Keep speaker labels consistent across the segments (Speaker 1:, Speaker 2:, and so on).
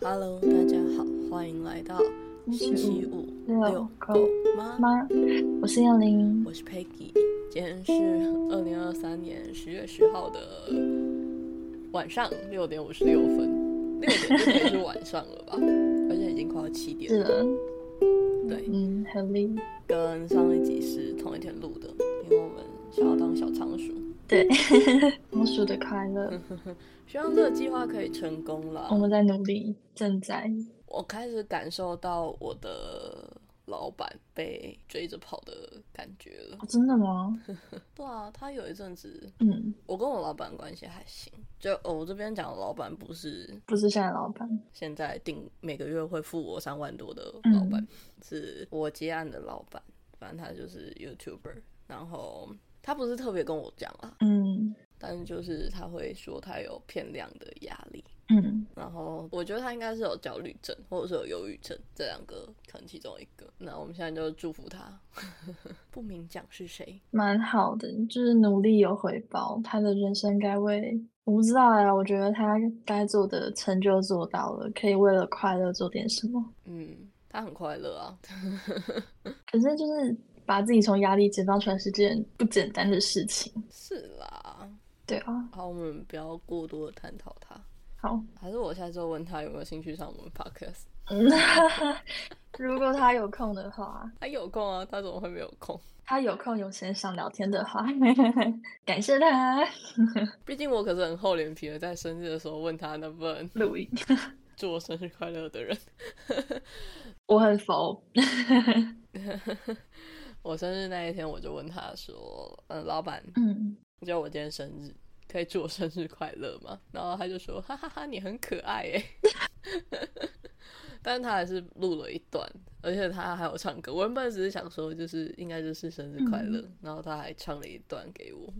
Speaker 1: Hello，大家好，欢迎来到星期五
Speaker 2: 六
Speaker 1: 狗妈。
Speaker 2: 妈，我是燕玲。
Speaker 1: 我是 Peggy，今天是二零二三年十月十号的晚上六点五十六分，六点就可以是晚上了吧？而且已经快要七点
Speaker 2: 是
Speaker 1: 了。
Speaker 2: 啊的，
Speaker 1: 对，
Speaker 2: 嗯，很厉
Speaker 1: 跟上一集是同一天录的，因为我们想要当小仓鼠，
Speaker 2: 对，老鼠的快乐，
Speaker 1: 希望这个计划可以成功啦。
Speaker 2: 我们在努力，正在。
Speaker 1: 我开始感受到我的老板被追着跑的感觉了。
Speaker 2: 哦真的吗？
Speaker 1: 对啊，他有一阵子，
Speaker 2: 嗯，
Speaker 1: 我跟我老板关系还行。就、哦、我这边讲的老板不是
Speaker 2: 不是现在老板，
Speaker 1: 现在定每个月会付我三万多的老板，
Speaker 2: 嗯
Speaker 1: 是我接案的老板，反正他就是 YouTuber。然后他不是特别跟我讲啊，
Speaker 2: 嗯
Speaker 1: 但是就是他会说他有偏量的压力。
Speaker 2: 嗯
Speaker 1: 然后我觉得他应该是有焦虑症，或者是有忧郁症，这两个可能其中一个。那我们现在就祝福他， 不明讲是谁。
Speaker 2: 蛮好的，就是努力有回报，他的人生该为我不知道呀、我觉得他该做的成就做到了，可以为了快乐做点什么。
Speaker 1: 嗯，他很快乐啊，
Speaker 2: 可是就是把自己从压力解放出来是件不简单的事情，
Speaker 1: 是啦。
Speaker 2: 对啊。
Speaker 1: 好，我们不要过多的探讨他。
Speaker 2: 好，
Speaker 1: 还是我下周问他有没有兴趣上我们 podcast。
Speaker 2: 嗯，如果他有空的话，
Speaker 1: 他有空啊，他怎么会没有空？
Speaker 2: 他有空有闲想聊天的话，感谢他
Speaker 1: 毕竟我可是很厚脸皮的，在生日的时候问他能不能
Speaker 2: 录音。
Speaker 1: 祝我生日快乐的人。
Speaker 2: 我很佛，
Speaker 1: 我生日那一天我就问他说：“嗯，老板，
Speaker 2: 嗯，
Speaker 1: 你知道我今天生日，可以祝我生日快乐吗？然后他就说，哈哈哈你很可爱耶。 但是他还是录了一段，而且他还有唱歌。我原本只是想说，就是应该就是生日快乐，然后他还唱了一段给我，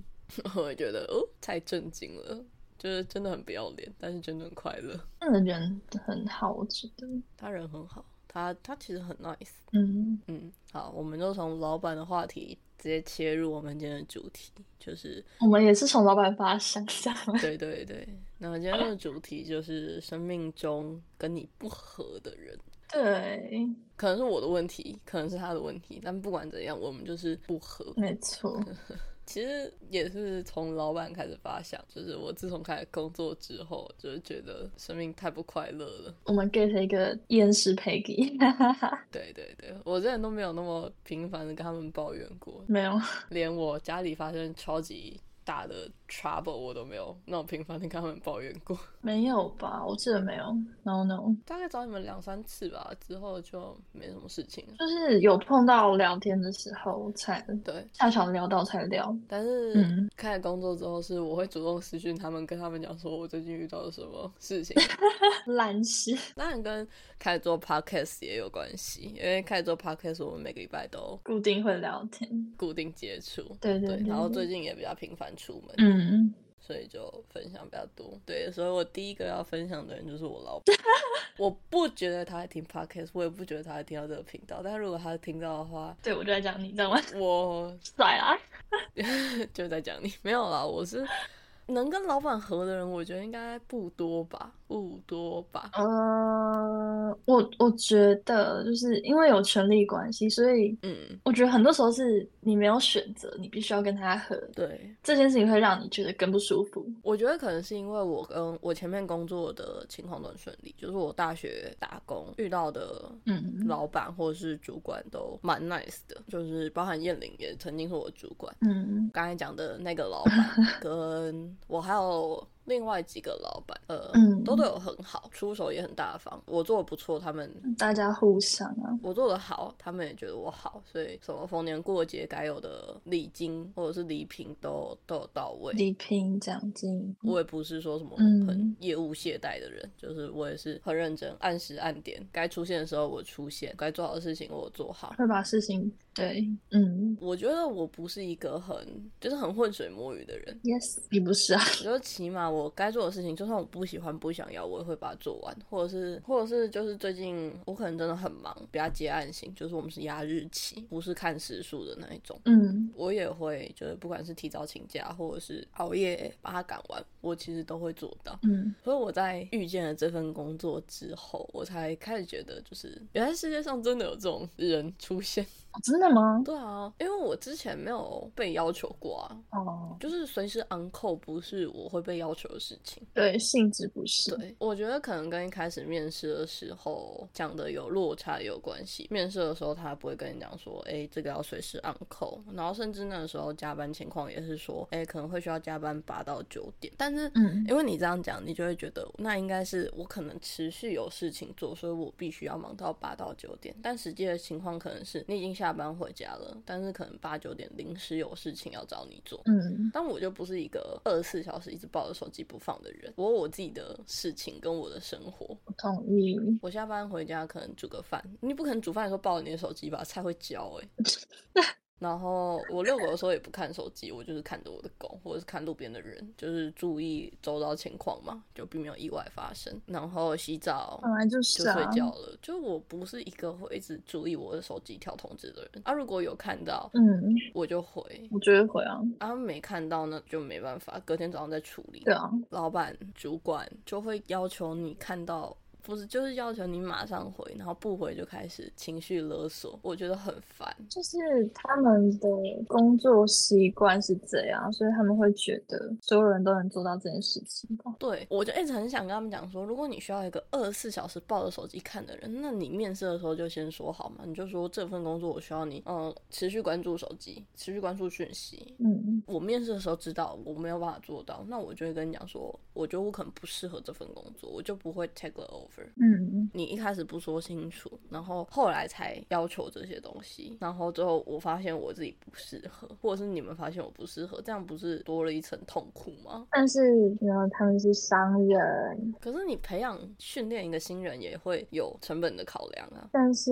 Speaker 1: 我也觉得哦，太震惊了，就是真的很不要脸，但是真的很快乐。
Speaker 2: 那个人很好，我觉得，
Speaker 1: 他人很好，他他其实很 nice。
Speaker 2: 嗯，
Speaker 1: 嗯，好，我们就从老板的话题直接切入我们今天的主题，就是
Speaker 2: 我们也是从老板发想象，
Speaker 1: 对对对，那今天的主题就是生命中跟你不合的人，
Speaker 2: 对，
Speaker 1: 可能是我的问题，可能是他的问题，但不管怎样，我们就是不合。
Speaker 2: 没错，
Speaker 1: 其实也是从老板开始发想，就是我自从开始工作之后，就是觉得生命太不快乐了。
Speaker 2: 我们 get 一个厌世 Peggy，
Speaker 1: 对对对，我之前都没有那么频繁的跟他们抱怨过，
Speaker 2: 没有，
Speaker 1: 连我家里发生超级大的 trouble 我都没有那么频繁的跟他们抱怨过。
Speaker 2: 没有吧？我记得没有，no no，
Speaker 1: 大概找你们两三次吧，之后就没什么事情了。
Speaker 2: 就是有碰到聊天的时候才
Speaker 1: 对，
Speaker 2: 恰巧聊到才聊，
Speaker 1: 但是、
Speaker 2: 嗯
Speaker 1: 开始工作之后，是我会主动私讯他们，跟他们讲说我最近遇到了什么事 情。
Speaker 2: 烂事，
Speaker 1: 当然跟开始做 podcast 也有关系，因为开始做 podcast，我们每个礼拜都
Speaker 2: 固定会聊天，
Speaker 1: 固定接触，
Speaker 2: 对
Speaker 1: 对
Speaker 2: 对对，
Speaker 1: 然后最
Speaker 2: 对
Speaker 1: 近也比较频繁出门，
Speaker 2: 嗯。
Speaker 1: 所以就分享比较多。对，所以我第一个要分享的人就是我老 板。我不觉得他在听 podcast，我也不觉得他在听到这个频道，但如果他听到的话，
Speaker 2: 对，我就在啊讲你，知道吗？
Speaker 1: 我
Speaker 2: 甩啦，
Speaker 1: 就在讲你没有啦，我是能跟老板合的人，我觉得应该不多吧，不多吧。
Speaker 2: 呃，我我觉得就是因为有权力关系，所以
Speaker 1: 嗯，
Speaker 2: 我觉得很多时候是你没有选择，你必须要跟他合，
Speaker 1: 对，
Speaker 2: 这件事情会让你觉得更不舒服。
Speaker 1: 我觉得可能是因为我跟我前面工作的情况都很顺利，就是我大学打工遇到的
Speaker 2: 嗯
Speaker 1: 老板或者是主管都蛮 nice 的，就是包含燕玲也曾经是我的主管，
Speaker 2: 嗯，
Speaker 1: 刚才讲的那个老板跟我还有。另外几个老板，呃，
Speaker 2: 嗯
Speaker 1: 都对我很好，出手也很大方，我做的不错，他们
Speaker 2: 大家互相啊，
Speaker 1: 我做的好，他们也觉得我好，所以什么逢年过节该有的礼金或者是礼品都都有到位。
Speaker 2: 礼品奖金，
Speaker 1: 我也不是说什么
Speaker 2: 嗯
Speaker 1: 很业务懈怠的人，就是我也是很认真，按时按点，该出现的时候我出现，该做好的事情我做好。
Speaker 2: 会把事情对，嗯
Speaker 1: 我觉得我不是一个很就是很浑水摸鱼的人，
Speaker 2: ，yes，你不是啊？
Speaker 1: 我觉得起码我该做的事情，就算我不喜欢、不想要，我也会把它做完，或者是，或者是就是最近我可能真的很忙，比较接案型，就是我们是压日期，不是看时数的那一种。
Speaker 2: 嗯
Speaker 1: 我也会就是不管是提早请假，或者是熬夜把它赶完，我其实都会做到。
Speaker 2: 嗯
Speaker 1: 所以我在遇见了这份工作之后，我才开始觉得，就是原来世界上真的有这种人出现。
Speaker 2: 哦真的吗？
Speaker 1: 对啊，因为我之前没有被要求过啊，
Speaker 2: 哦，
Speaker 1: 就是随时 on call 不是我会被要求的事情。
Speaker 2: 对，性质不是。
Speaker 1: 对，我觉得可能跟一开始面试的时候讲的有落差也有关系。面试的时候他不会跟你讲说，哎，这个要随时 on call，然后甚至那个时候加班情况也是说，哎，可能会需要加班八到九点，但是。
Speaker 2: 嗯
Speaker 1: 因为你这样讲，你就会觉得那应该是我可能持续有事情做，所以我必须要忙到八到九点。但实际的情况可能是你已经下班回家了，但是可能八九点临时有事情要找你做，
Speaker 2: 嗯
Speaker 1: 但我就不是一个二十四小时一直抱着手机不放的人，我有我自己的事情跟我的生活。
Speaker 2: 我同意。
Speaker 1: 我下班回家可能煮个饭，你不可能煮饭的时候抱着你的手机吧，菜会焦 哎、然后我遛狗的时候也不看手机，我就是看着我的狗，或者是看路边的人，就是注意周遭情况嘛，就避免有意外发生。然后洗澡，
Speaker 2: 本来就
Speaker 1: 就是睡
Speaker 2: 啊，
Speaker 1: 觉了。就我不是一个会一直注意我的手机跳通知的人，啊，如果有看到
Speaker 2: 嗯，
Speaker 1: 我就回，
Speaker 2: 我觉得会啊，
Speaker 1: 啊，没看到那就没办法，隔天早上再处理。
Speaker 2: 对啊，
Speaker 1: 老板、主管就会要求你看到，不是就是要求你马上回，然后不回就开始情绪勒索，我觉得很烦。
Speaker 2: 就是他们的工作习惯是这样，所以他们会觉得所有人都能做到这件事情吧。
Speaker 1: 对，我就一直很想跟他们讲说，如果你需要一个二十四小时抱着手机看的人，那你面试的时候就先说好嘛，你就说这份工作我需要你，嗯，持续关注手机，持续关注讯息。
Speaker 2: 嗯
Speaker 1: 我面试的时候知道我没有办法做到，那我就会跟你讲说，我觉得我可能不适合这份工作，我就不会 take the over。
Speaker 2: 嗯
Speaker 1: 你一开始不说清楚，然后后来才要求这些东西，然后最后我发现我自己不适合，或者是你们发现我不适合，这样不是多了一层痛苦吗？
Speaker 2: 但是然后他们是商人，
Speaker 1: 可是你培养训练一个新人也会有成本的考量啊。
Speaker 2: 但是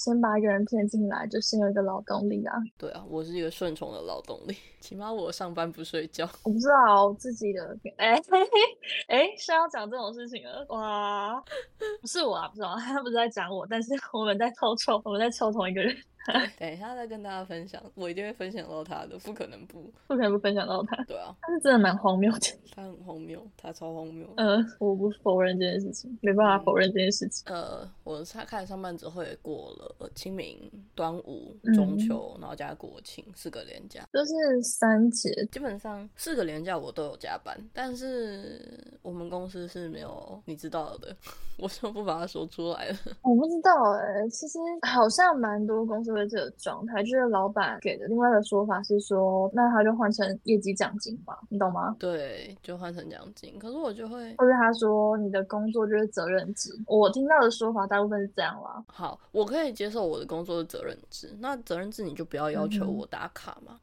Speaker 2: 先把一个人骗进来，就先有一个劳动力啊。
Speaker 1: 对啊，我是一个顺从的劳动力， 起码我上班不睡觉。
Speaker 2: 我不知道我自己的，哎、哎，是要讲这种事情了哇？不是我啊，不是我，他不是在讲我，但是我们在抽抽，我们在抽同一个人，
Speaker 1: 等一下再跟大家分享，我一定会分享到他的，不可能不。
Speaker 2: 不可能不分享到他，
Speaker 1: 对啊，
Speaker 2: 但是真的蛮荒谬的。
Speaker 1: 他很荒谬，他超荒谬。
Speaker 2: 呃，我不否认这件事情，没办法
Speaker 1: 嗯
Speaker 2: 否认这件事情。
Speaker 1: 呃，我上开始上班之后也过了清明、端午、
Speaker 2: 嗯
Speaker 1: 中秋，然后加国庆四个连假，
Speaker 2: 就是三节，
Speaker 1: 基本上四个连假我都有加班，但是我们公司是没有你知道的， 我就不把它说出来了。
Speaker 2: 我不知道哎、其实好像蛮多公司会这个状态，就是老板给的另外一个说法是说，那他就换成业绩奖金吧，你懂吗？
Speaker 1: 对，就换成奖金，可是我就会
Speaker 2: 或者他说你的工作就是责任制，我听到的说法大部分是这样啦。
Speaker 1: 好，我可以接受我的工作的责任制，那责任制你就不要要求
Speaker 2: 嗯哼
Speaker 1: 我打卡嘛。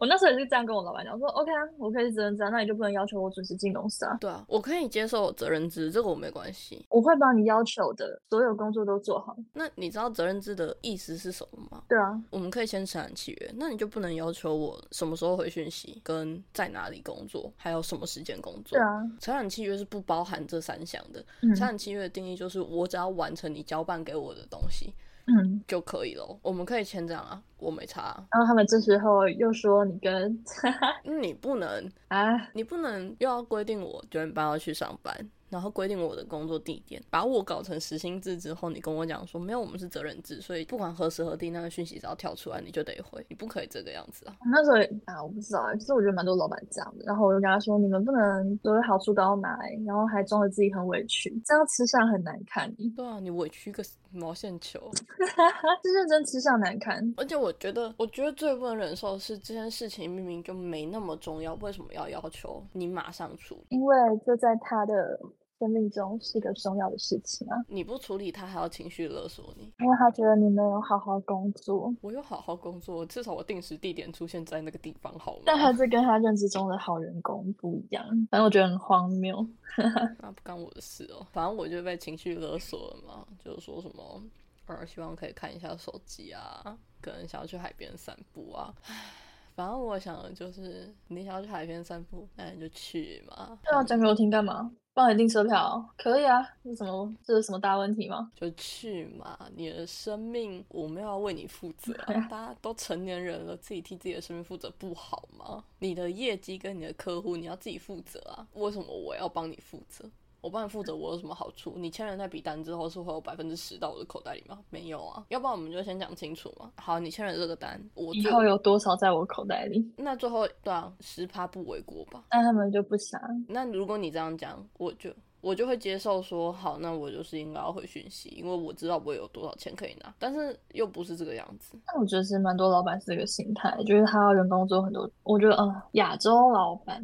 Speaker 2: 我那时候也是这样跟我老板讲，我说 OK 啊，我可以责任制啊，那你就不能要求我准时进公司啊。
Speaker 1: 对啊，我可以接受责任制，这个我没关系。
Speaker 2: 我会把你要求的所有工作都做好。
Speaker 1: 那你知道责任制的意思是什么吗？
Speaker 2: 对啊，
Speaker 1: 我们可以先承揽契约，那你就不能要求我什么时候回讯息，跟在哪里工作，还有什么时间工作
Speaker 2: 对。啊，
Speaker 1: 承揽契约是不包含这三项的。
Speaker 2: 嗯
Speaker 1: 承揽契约的定义就是，我只要完成你交办给我的东西
Speaker 2: 嗯。
Speaker 1: 就可以了。我们可以签这样啊，我没差、啊。
Speaker 2: 然后他们这时候又说你跟
Speaker 1: 你不能，
Speaker 2: 啊，
Speaker 1: 你不能又要规定我九点半要去上班，然后规定我的工作地点，把我搞成实薪制之后，你跟我讲说没有，我们是责任制，所以不管何时何地，那个讯息只要跳出来，你就得回，你不可以这个样子啊。
Speaker 2: 我那时候也啊，我不知道欸，其实我觉得蛮多老板这样的。然后我就跟他说，你们不能所有好处都要拿欸，然后还装着自己很委屈，这样吃相很难看欸。
Speaker 1: 对啊，你委屈个毛线球！
Speaker 2: 是认真吃相难看。
Speaker 1: 而且我觉得，我觉得最不能忍受的是这件事情明明就没那么重要，为什么要要求你马上处理？
Speaker 2: 因为这在他的生命中是个重要的事情啊，
Speaker 1: 你不处理他，还要情绪勒索你。
Speaker 2: 因为他觉得你没有好好工作，
Speaker 1: 我有好好工作，至少我定时地点出现在那个地方，好吗？
Speaker 2: 但还是跟他认知中的好员工不一样，反正我觉得很荒谬。
Speaker 1: 那不干我的事哦。反正我就被情绪勒索了嘛，就是说什么，呃，希望可以看一下手机啊，可能想要去海边散步啊。唉反正我想的就是，你想要去海边散步，那你就去嘛，
Speaker 2: 对啊，讲给我听干嘛？帮你订车票哦，可以啊？这是什么？这是什么大问题吗？
Speaker 1: 就去嘛。你的生命我没有要为你负责 啊大家都成年人了，自己替自己的生命负责不好吗？你的业绩跟你的客户你要自己负责啊，为什么我要帮你负责？我帮你负责，我有什么好处？你签了那笔单之后，是会有百分之十到我的口袋里吗？没有啊，要不然我们就先讲清楚嘛。好，你签了这个单，我
Speaker 2: 以
Speaker 1: 做
Speaker 2: 后有多少在我口袋里？
Speaker 1: 那最后对啊，十趴不为过吧？
Speaker 2: 但他们就不想。
Speaker 1: 那如果你这样讲，我就我就会接受说，好，那我就是应该要回讯息，因为我知道我有多少钱可以拿，但是又不是这个样子。
Speaker 2: 但我觉得是蛮多老板是这个心态，就是他要员工做很多。我觉得，嗯，亚洲老板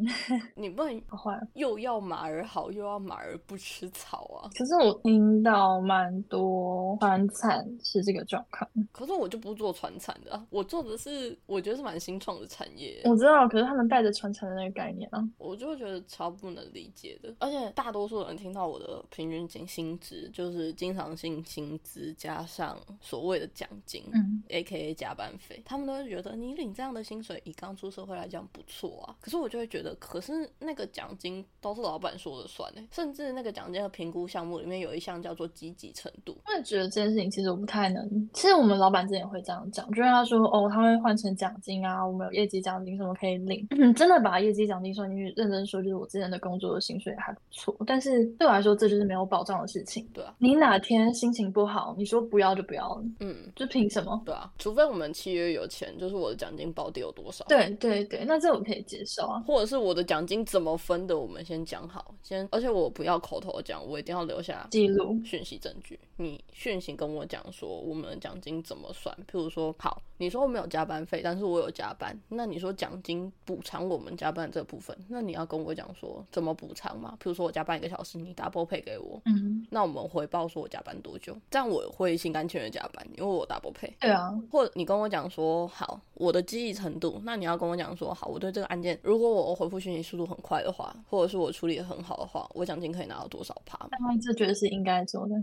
Speaker 1: 你不能
Speaker 2: 好坏。
Speaker 1: 又要马儿好，又要马儿不吃草啊！
Speaker 2: 可是我听到蛮多川产是这个状况，
Speaker 1: 可是我就不做传产的、啊，我做的是我觉得是蛮新创的产业，
Speaker 2: 我知道，可是他们带着传承的那个概念啊，
Speaker 1: 我就会觉得超不能理解的。而且大多数人听到我的平均薪薪资，就是经常性薪资加上所谓的奖金，
Speaker 2: 嗯，
Speaker 1: A K A 加班费，他们都会觉得你领这样的薪水，以刚出社会来讲不错啊。可是我就会觉得，可是那个奖金都是老板说了算呢、甚至那个奖金的评估项目里面有一项叫做积极程度。
Speaker 2: 我也觉得这件事情其实我不太能。其实我们老板之前也会这样讲，就是他说哦，他会换成奖金啊，我们有业绩奖金什么可以领。嗯，真的把业绩奖金算进去，认真说，就是我之前的工作的薪水还不错，但是对我来说这就是没有保障的事情。
Speaker 1: 对啊，
Speaker 2: 你哪天心情不好，你说不要就不要了，
Speaker 1: 嗯，
Speaker 2: 就凭什么？
Speaker 1: 对啊，除非我们契约有钱，就是我的奖金保底有多少，，
Speaker 2: 对对对，那这我可以接受啊。
Speaker 1: 或者是我的奖金怎么分的，我们先讲好，先，而且我不要口头讲，我一定要留下
Speaker 2: 记录
Speaker 1: 讯息证据，你讯息跟我讲说我们的奖金怎么算，譬如说，好，你说我没有加班费，但是我有加班，那你说奖金补偿我们加班这部分，那你要跟我讲说怎么补偿嘛？譬如说我加班一个小时，你 double pay 给我，
Speaker 2: 嗯，
Speaker 1: 那我们回报说我加班多久，这样我会心甘情愿地加班，因为我有 double pay。
Speaker 2: 对啊，
Speaker 1: 或者你跟我讲说好，我的记忆程度，那你要跟我讲说好，我对这个案件，如果我回复讯息速度很快的话，或者是我处理的很好的话，我奖金可以拿到多少趴嘛？
Speaker 2: 那这觉得是应该做的。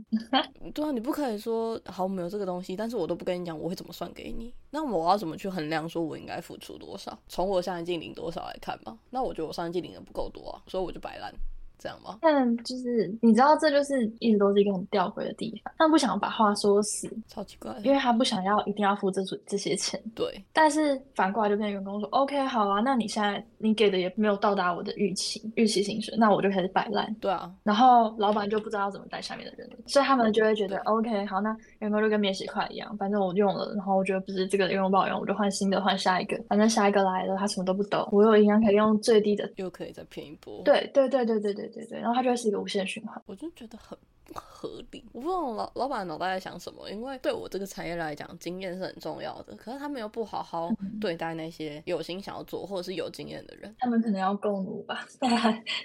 Speaker 1: 对啊，你不可以说好我们有这个东西，但是我都不跟你讲我会怎么算给你。那我要怎么去衡量说我应该付出多少？从我上一季领多少来看嘛？那我觉得我上一季领的不够多啊，所以我就摆烂，这样吗？
Speaker 2: 但就是你知道，这就是一直都是一个很吊诡的地方。他不想把话说死，
Speaker 1: 超奇怪的。
Speaker 2: 因为他不想要一定要付这出这些钱。
Speaker 1: 对，
Speaker 2: 但是反过来就变成员工说：“OK，好啊，那你现在你给的也没有到达我的预期，预期薪水，那我就开始摆烂。
Speaker 1: 对啊，”
Speaker 2: 然后老板就不知道怎么带下面的人了，所以他们就会觉得
Speaker 1: 对
Speaker 2: ：“OK，好，那员工就跟免洗筷一样，反正我用了，然后我觉得不是这个用不好用，我就换新的，换下一个，反正下一个来了，他什么都不懂，我有营养可以用最低的。”
Speaker 1: 又可以再骗一波。，
Speaker 2: 对对对对对对对对，然后它就会是一个无限循环。
Speaker 1: 我就觉得很不合理。我不懂老老板脑袋在想什么，因为对我这个产业来讲，经验是很重要的。可是他们又不好好
Speaker 2: 嗯
Speaker 1: 对待那些有心想要做或者是有经验的人。
Speaker 2: 他们可能要共奴 吧？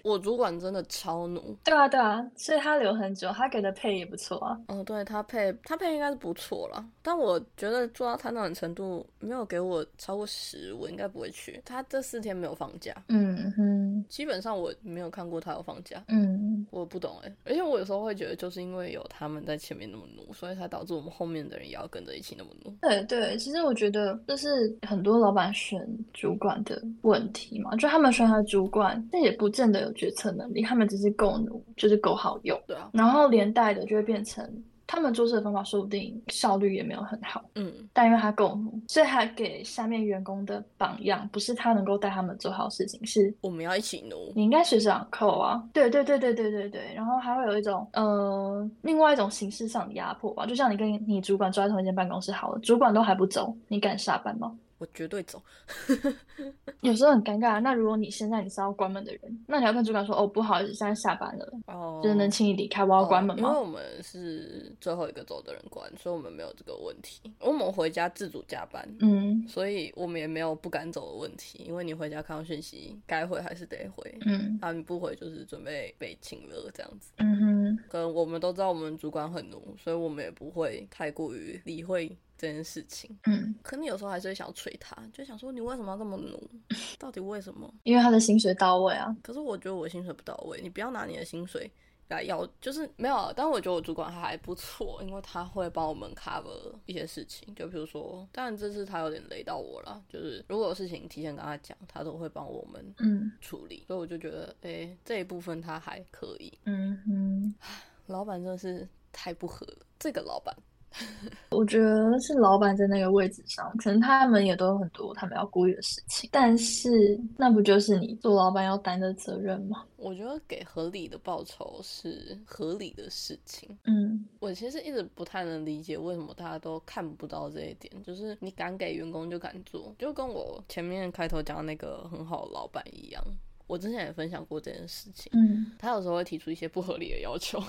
Speaker 1: 我主管真的超奴，
Speaker 2: 对啊，对啊，所以他留很久，他给的配也不错啊。
Speaker 1: 哦，对，他配他配应该是不错啦，但我觉得做到他那种程度，没有给我超过十，我应该不会去。他这四天没有放假，
Speaker 2: 嗯哼，
Speaker 1: 基本上我没有看过他有放假，
Speaker 2: 嗯，
Speaker 1: 我不懂哎、而且我有时候会觉得，就是因为有他们在前面那么努，所以才导致我们后面的人也要跟着一起那么努。
Speaker 2: 对对，其实我觉得这是很多老板选主管的问题嘛，就他们选他的主管，但也不见得有决策能力，他们只是够奴，就是够好用，
Speaker 1: 对啊，
Speaker 2: 然后连带的就会变成。他们做事的方法说不定效率也没有很好，
Speaker 1: 嗯，
Speaker 2: 但因为他够奴，所以他给下面员工的榜样不是他能够带他们做好事情，是
Speaker 1: 我们要一起努。
Speaker 2: 你应该学长扣啊，对对对对对对对，然后还会有一种呃，另外一种形式上的压迫吧，就像你跟你主管坐在同一间办公室好了，主管都还不走，你敢下班吗？
Speaker 1: 我绝对走，
Speaker 2: 有时候很尴尬。那如果你现在你是要关门的人，那你要跟主管说哦，不好意思，现在下班了，
Speaker 1: 哦
Speaker 2: 就是能请你离开，哦我要关门
Speaker 1: 因为
Speaker 2: 吗？
Speaker 1: 我们是最后一个走的人关，所以我们没有这个问题。我们回家自主加班，
Speaker 2: 嗯
Speaker 1: 所以我们也没有不敢走的问题，因为你回家看到讯息，该回还是得回。
Speaker 2: 嗯
Speaker 1: 啊，你不回就是准备被请了这样子。
Speaker 2: 嗯哼，
Speaker 1: 跟我们都知道我们主管很奴，所以我们也不会太过于理会这件事情。
Speaker 2: 嗯，
Speaker 1: 可你有时候还是会想要捶他，就想说你为什么要这么奴？ 到底为什么？
Speaker 2: 因为他的薪水到位啊，
Speaker 1: 可是我觉得我薪水不到位，你不要拿你的薪水来要，就是没有啊。但我觉得我主管还不错，因为他会帮我们 cover 一些事情，就比如说，当然这次他有点雷到我了，就是如果有事情提前跟他讲，他都会帮我们
Speaker 2: 嗯
Speaker 1: 处理，所以我就觉得，哎、这一部分他还可以。
Speaker 2: 嗯嗯，
Speaker 1: 老板真的是太不合了，这个老板，
Speaker 2: 我觉得是老板在那个位置上，可能他们也都有很多他们要顾虑的事情，但是那不就是你做老板要担的责任吗？
Speaker 1: 我觉得给合理的报酬是合理的事情。
Speaker 2: 嗯
Speaker 1: 我其实一直不太能理解为什么大家都看不到这一点，就是你敢给员工就敢做，就跟我前面开头讲的那个很好的老板一样。我之前也分享过这件事情，
Speaker 2: 嗯
Speaker 1: 他有时候会提出一些不合理的要求，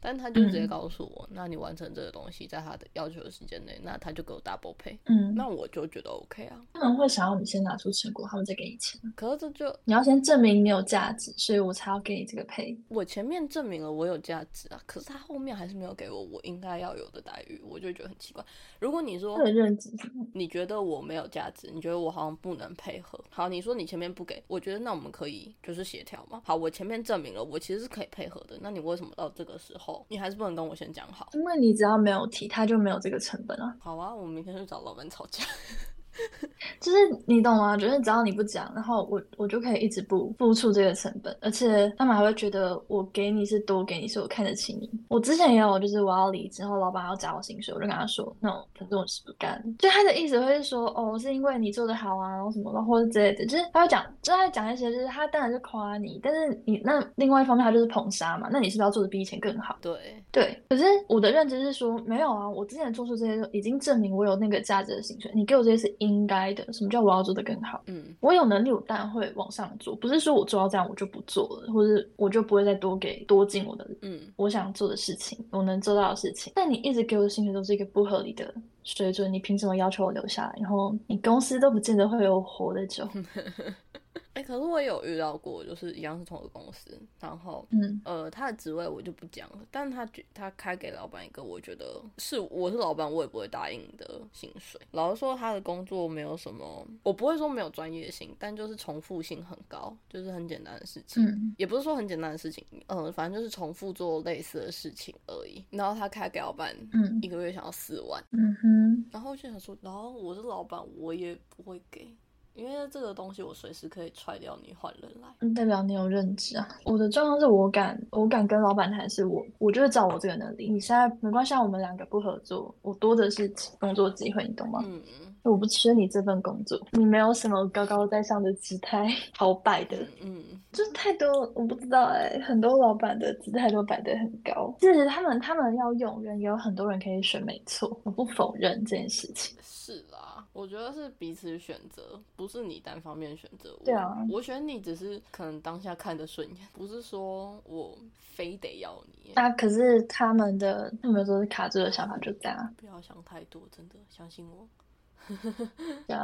Speaker 1: 但他就直接
Speaker 2: 嗯
Speaker 1: 告诉我，那你完成这个东西在他的要求的时间内，那他就给我 double pay，
Speaker 2: 嗯，
Speaker 1: 那我就觉得 OK 啊。
Speaker 2: 他们会想要你先拿出成果，他们再给你钱。
Speaker 1: 可是这就
Speaker 2: 你要先证明你有价值，所以我才要给你这个配。
Speaker 1: 我前面证明了我有价值啊，可是他后面还是没有给我我应该要有的待遇，我就觉得很奇怪。如果你说
Speaker 2: 这个认知，
Speaker 1: 你觉得我没有价值，你觉得我好像不能配合。好，你说你前面不给，我觉得那我们可以就是协调嘛。好，我前面证明了我其实是可以配合的，那你为什么到这个时候你还是不能跟我先讲好？
Speaker 2: 因为你只要没有提，他就没有这个成本啊。
Speaker 1: 好啊，我明天去找老板吵架。
Speaker 2: 就是你懂吗？就是只要你不讲，然后我我就可以一直不付出这个成本，而且他们还会觉得我给你是多给你，所以我看得起你。我之前也有，就是我要离职后，老板要加我薪水，我就跟他说，no，可是我是不干。就他的意思会是说，哦，是因为你做得好啊，然后什么的，或者之类的，就是他会讲，就他讲一些，就是他当然是夸你，但是你那另外一方面他就是捧杀嘛，那你是不是要做的比以前更好？
Speaker 1: 对，
Speaker 2: 对，可是我的认知是说，没有啊，我之前做出这些，已经证明我有那个价值的薪水，你给我这些是应该的。什么叫我要做得更好？
Speaker 1: 嗯，
Speaker 2: 我有能力，我当然会往上做，不是说我做到这样我就不做了，或者我就不会再多给多进我的
Speaker 1: 嗯，
Speaker 2: 我想做的事情，我能做到的事情。但你一直给我的薪水都是一个不合理的水准，你凭什么要求我留下来？然后你公司都不见得会有我活得久。
Speaker 1: 哎、可是我也有遇到过，就是一样是同一个公司，然后
Speaker 2: 嗯
Speaker 1: 呃，他的职位我就不讲了，但他觉他开给老板一个我觉得是我是老板我也不会答应的薪水。老实说，他的工作没有什么，我不会说没有专业性，但就是重复性很高，就是很简单的事情。
Speaker 2: 嗯
Speaker 1: 也不是说很简单的事情，嗯、反正就是重复做类似的事情而已。然后他开给老板
Speaker 2: 嗯
Speaker 1: 一个月想要四万，
Speaker 2: 嗯哼，
Speaker 1: 然后我就想说，然后我是老板，我也不会给，因为这个东西我随时可以踹掉你换人来。
Speaker 2: 嗯代表你有认知啊。我的状况是我敢，我敢跟老板谈，是我，我就是找我这个能力。你现在没关系啊，我们两个不合作，我多的是工作机会，你懂吗？
Speaker 1: 嗯嗯
Speaker 2: 我不缺你这份工作，你没有什么高高在上的姿态好摆的，
Speaker 1: 嗯
Speaker 2: 就是太多，我不知道哎、很多老板的姿态都摆得很高，就是他们他们要用人，也有很多人可以选，没错，我不否认这件事情。
Speaker 1: 是啦，我觉得是彼此选择，不是你单方面选择我。
Speaker 2: 对啊
Speaker 1: 我选你只是可能当下看得顺眼，不是说我非得要你。
Speaker 2: 那、啊可是他们的他们都是卡住的想法就这样，
Speaker 1: 不要想太多，真的相信我。
Speaker 2: 笑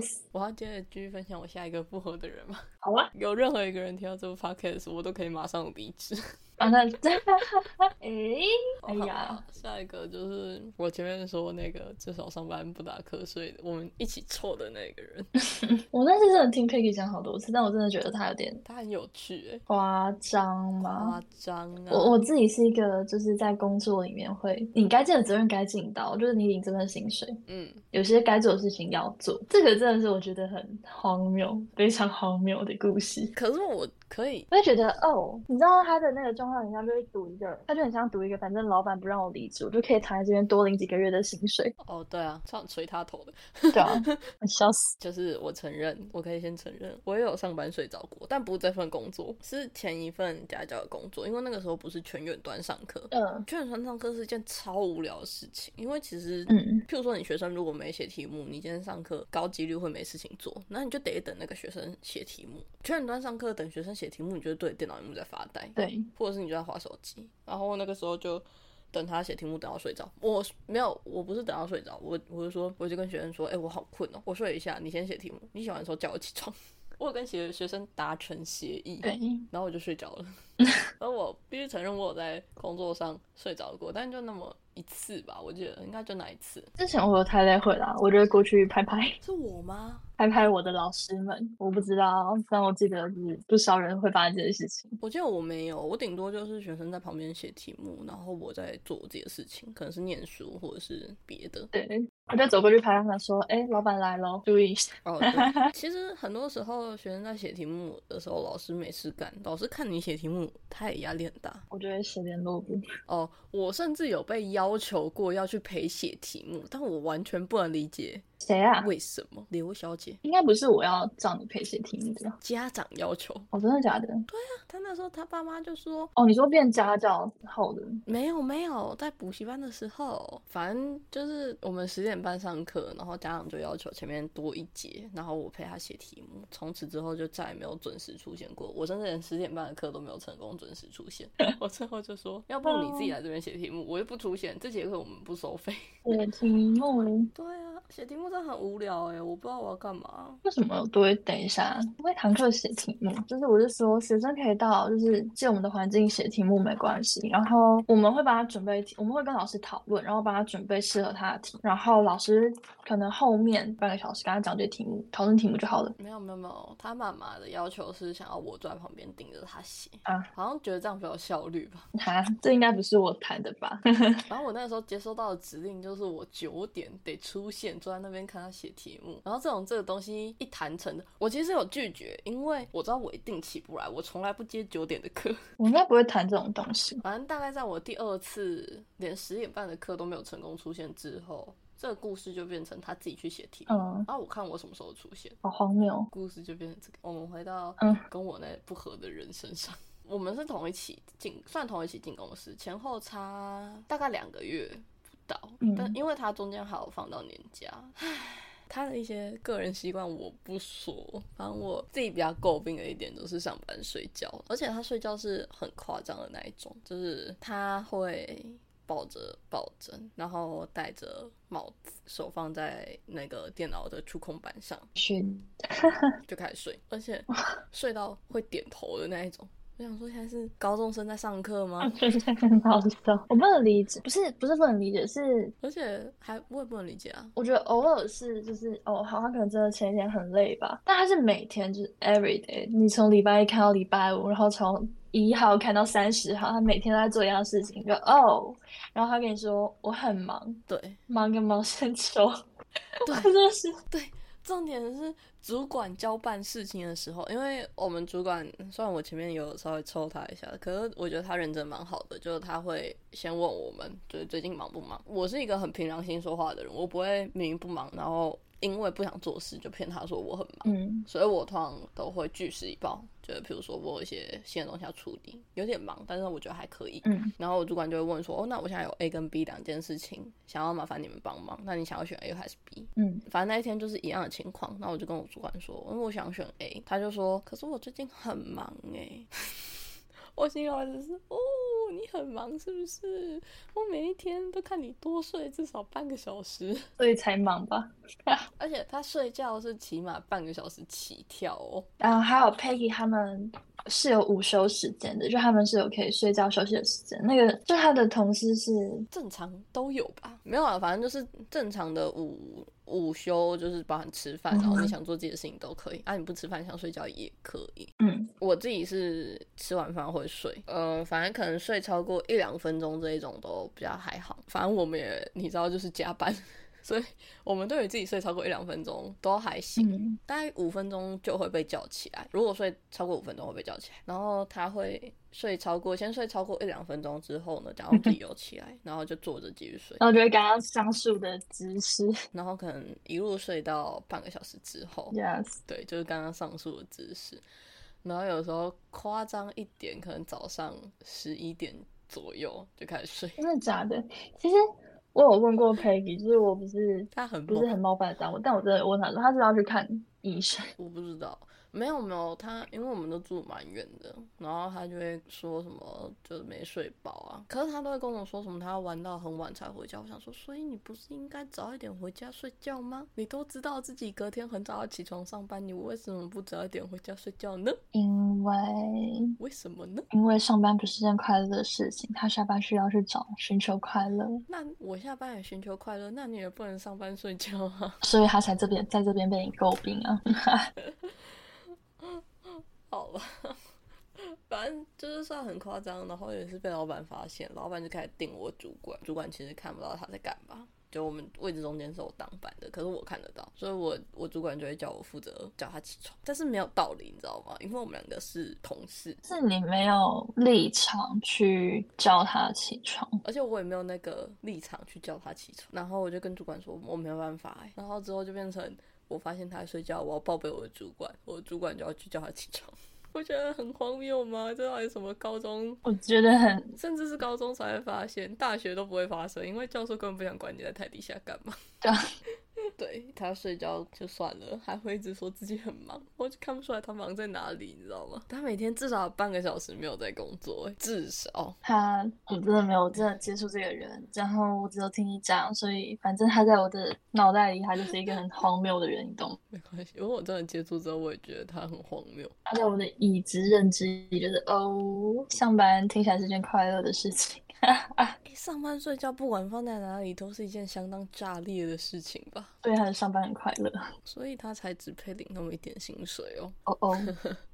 Speaker 2: 死，
Speaker 1: 我要接着继续分享我下一个复合的人吗？
Speaker 2: 好啊。
Speaker 1: 有任何一个人听到这部 podcast，我都可以马上离职。
Speaker 2: 啊， 那诶， 哎
Speaker 1: 好
Speaker 2: 呀
Speaker 1: 吧，下一个就是我前面说那个至少上班不打瞌睡，我们一起凑的那个人，
Speaker 2: 我那次真的听 Peggy 讲好多次，但我真的觉得他有点
Speaker 1: 他很有趣、 欸，
Speaker 2: 夸张嘛。
Speaker 1: 夸张啊！
Speaker 2: 我我自己是一个，就是在工作里面会，你该尽的责任该尽到，就是你领这份薪水，
Speaker 1: 嗯，
Speaker 2: 有些该做的事情要做。这个真的是我觉得很荒谬，非常荒谬的故事。
Speaker 1: 可是我可以
Speaker 2: 我就觉得哦，你知道他的那个状况很像，就是赌一个，他就很像赌一个，反正老板不让我离职，我就可以躺在这边多领几个月的薪 水。
Speaker 1: 哦，对啊，这样捶他头的，
Speaker 2: 对啊， 笑死。
Speaker 1: 就是我承认，我可以先承认，我也有上班睡着过，但不是这份工作，是前一份家教的工作，因为那个时候不是全远端上课，
Speaker 2: 嗯
Speaker 1: 全远端上课是一件超无聊的事情，因为其实，
Speaker 2: 嗯
Speaker 1: 譬如说你学生如果没写题目，你今天上课高几率会没事情做，那你就得等那个学生写题目，全远端上课等学生写题目，你就对着电脑荧幕在发呆，
Speaker 2: 对，
Speaker 1: 或者是你就在划手机。然后那个时候就等他写题目，等到睡着。我没有，我不是等到睡着，我我就说，我就跟学生说，哎、我好困哦，我睡一下，你先写题目，你写完的时候叫我起床。 我有跟学学生达成协议，
Speaker 2: 对，
Speaker 1: 然后我就睡着了。然后我必须承认，我有在工作上睡着过，但就那么一次吧，我记得应该就那一次。
Speaker 2: 之前我有太累会啦，我就会过去拍拍，
Speaker 1: 是我吗？
Speaker 2: 拍拍我的老师们，我不知道，但我记得就是不少人会发生这件事情。
Speaker 1: 我记得我没有，我顶多就是学生在旁边写题目，然后我在做我自己的事情，可能是念书或者是别的。
Speaker 2: 对，我就走过去拍他们说：“哎、老板来喽，注意一下。
Speaker 1: 哦，对其实很多时候学生在写题目的时候，老师没事干，老师看你写题目，他也压力很大。”
Speaker 2: 我就会写联络簿。
Speaker 1: 哦，我甚至有被要求过要去陪写题目，但我完全不能理解
Speaker 2: 谁啊？
Speaker 1: 为什么。刘小姐，
Speaker 2: 应该不是我要叫你陪写题目的吧。
Speaker 1: 家长要求，
Speaker 2: 哦，真的假的？
Speaker 1: 她那时候她爸妈就说
Speaker 2: 哦，你说变家教后的，
Speaker 1: 没有没有，在补习班的时候，反正就是我们十点半上课，然后家长就要求前面多一节，然后我陪他写题目。从此之后就再也没有准时出现过，我真的连十点半的课都没有成功准时出现。 我最后就说，要不你自己来这边写题目，我就不出现。这节课我们不收费。
Speaker 2: 写题目
Speaker 1: 对啊，写题目真的很无聊哎、我不知道我要干嘛。
Speaker 2: 为什么都会等一下？那堂课写题目，就是我是说学生可以到就是借我们的环境写题目没关系，然后我们会帮他准备题，我们会跟老师讨论，然后帮他准备适合他的题，然后老师可能后面半个小时跟他讲解题目，讨论题目就好了。
Speaker 1: 没有没有没有，他妈妈的要求是想要我坐在旁边盯着他写
Speaker 2: 啊，
Speaker 1: 好像觉得这样比较有效率吧。
Speaker 2: 哈，这应该不是我谈的吧？
Speaker 1: 然后我那时候接收到的指令就是我九点得出现，坐在那边看他写题目。然后这种这个东西一谈成的，我其实有拒绝，因为我知道我一定起不来，我从来不接九点的课。
Speaker 2: 我应该不会谈这种东西。
Speaker 1: 反正大概在我第二次连十点半的课都没有成功出现之后，这个故事就变成他自己去写题目。
Speaker 2: 嗯，
Speaker 1: 然后我看我什么时候出现，
Speaker 2: 好荒谬。哦
Speaker 1: 故事就变成这个。我们回到
Speaker 2: 嗯
Speaker 1: 跟我那不合的人身上。 我们是同一起进，算同一起进公司，前后差大概两个月不到。
Speaker 2: 嗯
Speaker 1: 但因为他中间还有放到年假，唉，他的一些个人习惯我不说。反正我自己比较诟病的一点就是上班睡觉，而且他睡觉是很夸张的那一种，就是他会抱着抱枕，然后戴着帽子，手放在那个电脑的触控板上，
Speaker 2: 学
Speaker 1: 就开始睡，而且睡到会点头的那一种。我想说，现在是高中生在上课吗？
Speaker 2: 嗯很好笑，我不能理解，不是不是不能理解，是
Speaker 1: 而且还我也不能理解啊。
Speaker 2: 我觉得偶尔是就是哦，好，他可能真的前一天很累吧，但他是每天就是 every day，你从礼拜一看到礼拜五，然后从一号看到三十号，他每天都在做一样的事情，就哦，然后他跟你说我很忙，
Speaker 1: 对
Speaker 2: 忙跟毛线球，
Speaker 1: 对
Speaker 2: 我 真的是
Speaker 1: 对，重点是主管交办事情的时候，因为我们主管虽然我前面有稍微抽他一下，可是我觉得他人真蛮好的，就是他会先问我们，就是最近忙不忙。我是一个很平常心说话的人，我不会明明不忙，然后因为不想做事就骗他说我很忙。
Speaker 2: 嗯，
Speaker 1: 所以我通常都会据实以报，就是比如说我有一些新的东西要处理，有点忙，但是我觉得还可以。
Speaker 2: 嗯，
Speaker 1: 然后我主管就会问说，哦，那我现在有 A 跟 B 两件事情，想要麻烦你们帮忙，那你想要选 A 还是 B？
Speaker 2: 嗯，
Speaker 1: 反正那一天就是一样的情况，那我就跟我主管说，嗯因为我想选 A，他就说，可是我最近很忙哎、 我心里面只是哦，你很忙是不是？我每一天都看你多睡至少半个小时。
Speaker 2: 所以才忙吧。
Speaker 1: 而且他睡觉是起码半个小时起跳哦。
Speaker 2: 然后还有 Peggy 他们是有午休时间的，就他们是有可以睡觉休息的时间。那个就他的同事是
Speaker 1: 正常都有吧？没有啊，反正就是正常的午午休，就是包含吃 饭，
Speaker 2: 嗯
Speaker 1: 然后你想做自己的事情都可以。啊，你不吃饭想睡觉也可以。
Speaker 2: 嗯，
Speaker 1: 我自己是吃完饭会睡，呃，反正可能睡超过一两分钟这一种都比较还好。反正我们也你知道，就是加班。 所以我们对于自己睡超过一两分钟都还行，
Speaker 2: 嗯
Speaker 1: 大概五分钟就会被叫起来。如果睡超过五分钟会被叫起来，然后他会睡超过，先睡超过一两分钟之后呢，然后自己又起来，然后就坐着继续睡，
Speaker 2: 然后就会给他上述的知识。
Speaker 1: 然后可能一路睡到半个小时之后，
Speaker 2: Yes，
Speaker 1: 对，就是刚刚上述的姿势。然后有时候夸张一点，可能早上十一点左右就开始睡。
Speaker 2: 真的假的？其实我有问过 Peggy，就是我不是
Speaker 1: 他很
Speaker 2: 不是
Speaker 1: 猛，
Speaker 2: 很冒犯的但我但我真的问他说，他是要去看医生。
Speaker 1: 我不知道。没有没有，他因为我们都住蛮远的，然后他就会说什么就是没睡饱啊，可是他都会跟我说什么他要玩到很晚才回家。我想说，所以你不是应该早一点回家睡觉吗？你都知道自己隔天很早要起床上班，你为什么不早一点回家睡觉呢？
Speaker 2: 因为
Speaker 1: 为什么呢？
Speaker 2: 因为上班不是件快乐的事情，他下班是要去找寻求快乐，
Speaker 1: 那我下班也寻求快乐，那你也不能上班睡觉啊，
Speaker 2: 所以他才这边在这边被你诟病啊。
Speaker 1: 好吧。 反正就是算很夸张，然后也是被老板发现，老板就开始定我主管，主管其实看不到他在干嘛，就我们位置中间是有挡板的，可是我看得到，所以我我主管就会叫我负责叫他起床，但是没有道理，你知道吗？因为我们两个是同事，
Speaker 2: 是你没有立场去叫他起床，
Speaker 1: 而且我也没有那个立场去叫他起床，然后我就跟主管说我没有办法、欸，然后之后就变成我发现他在睡觉，我要报备我的主管，我的主管就要去叫他起床。我觉得很荒谬吗？这到底什么高中，
Speaker 2: 我觉得很
Speaker 1: 甚至是高中才会发现，大学都不会发生，因为教授根本不想管你在台底下干嘛。
Speaker 2: 对啊
Speaker 1: 对他睡觉就算了，还会一直说自己很忙，我就看不出来他忙在哪里，你知道吗？他每天至少有半个小时没有在工作，欸至少。
Speaker 2: 他，我真的没有真的接触这个人，然后我只有听你讲，所以反正他在我的脑袋里，他就是一个很荒谬的人，你懂吗？
Speaker 1: 没关系，因为我真的接触之后，我也觉得他很荒谬。
Speaker 2: 他在我的已知认知里，就是哦，上班听起来是件快乐的事情。
Speaker 1: 欸上班睡觉不管放在哪里，都是一件相当炸裂的事情吧？
Speaker 2: 对，他的上班很快乐。
Speaker 1: 所以他才只配领那么一点薪水哦。
Speaker 2: 哦哦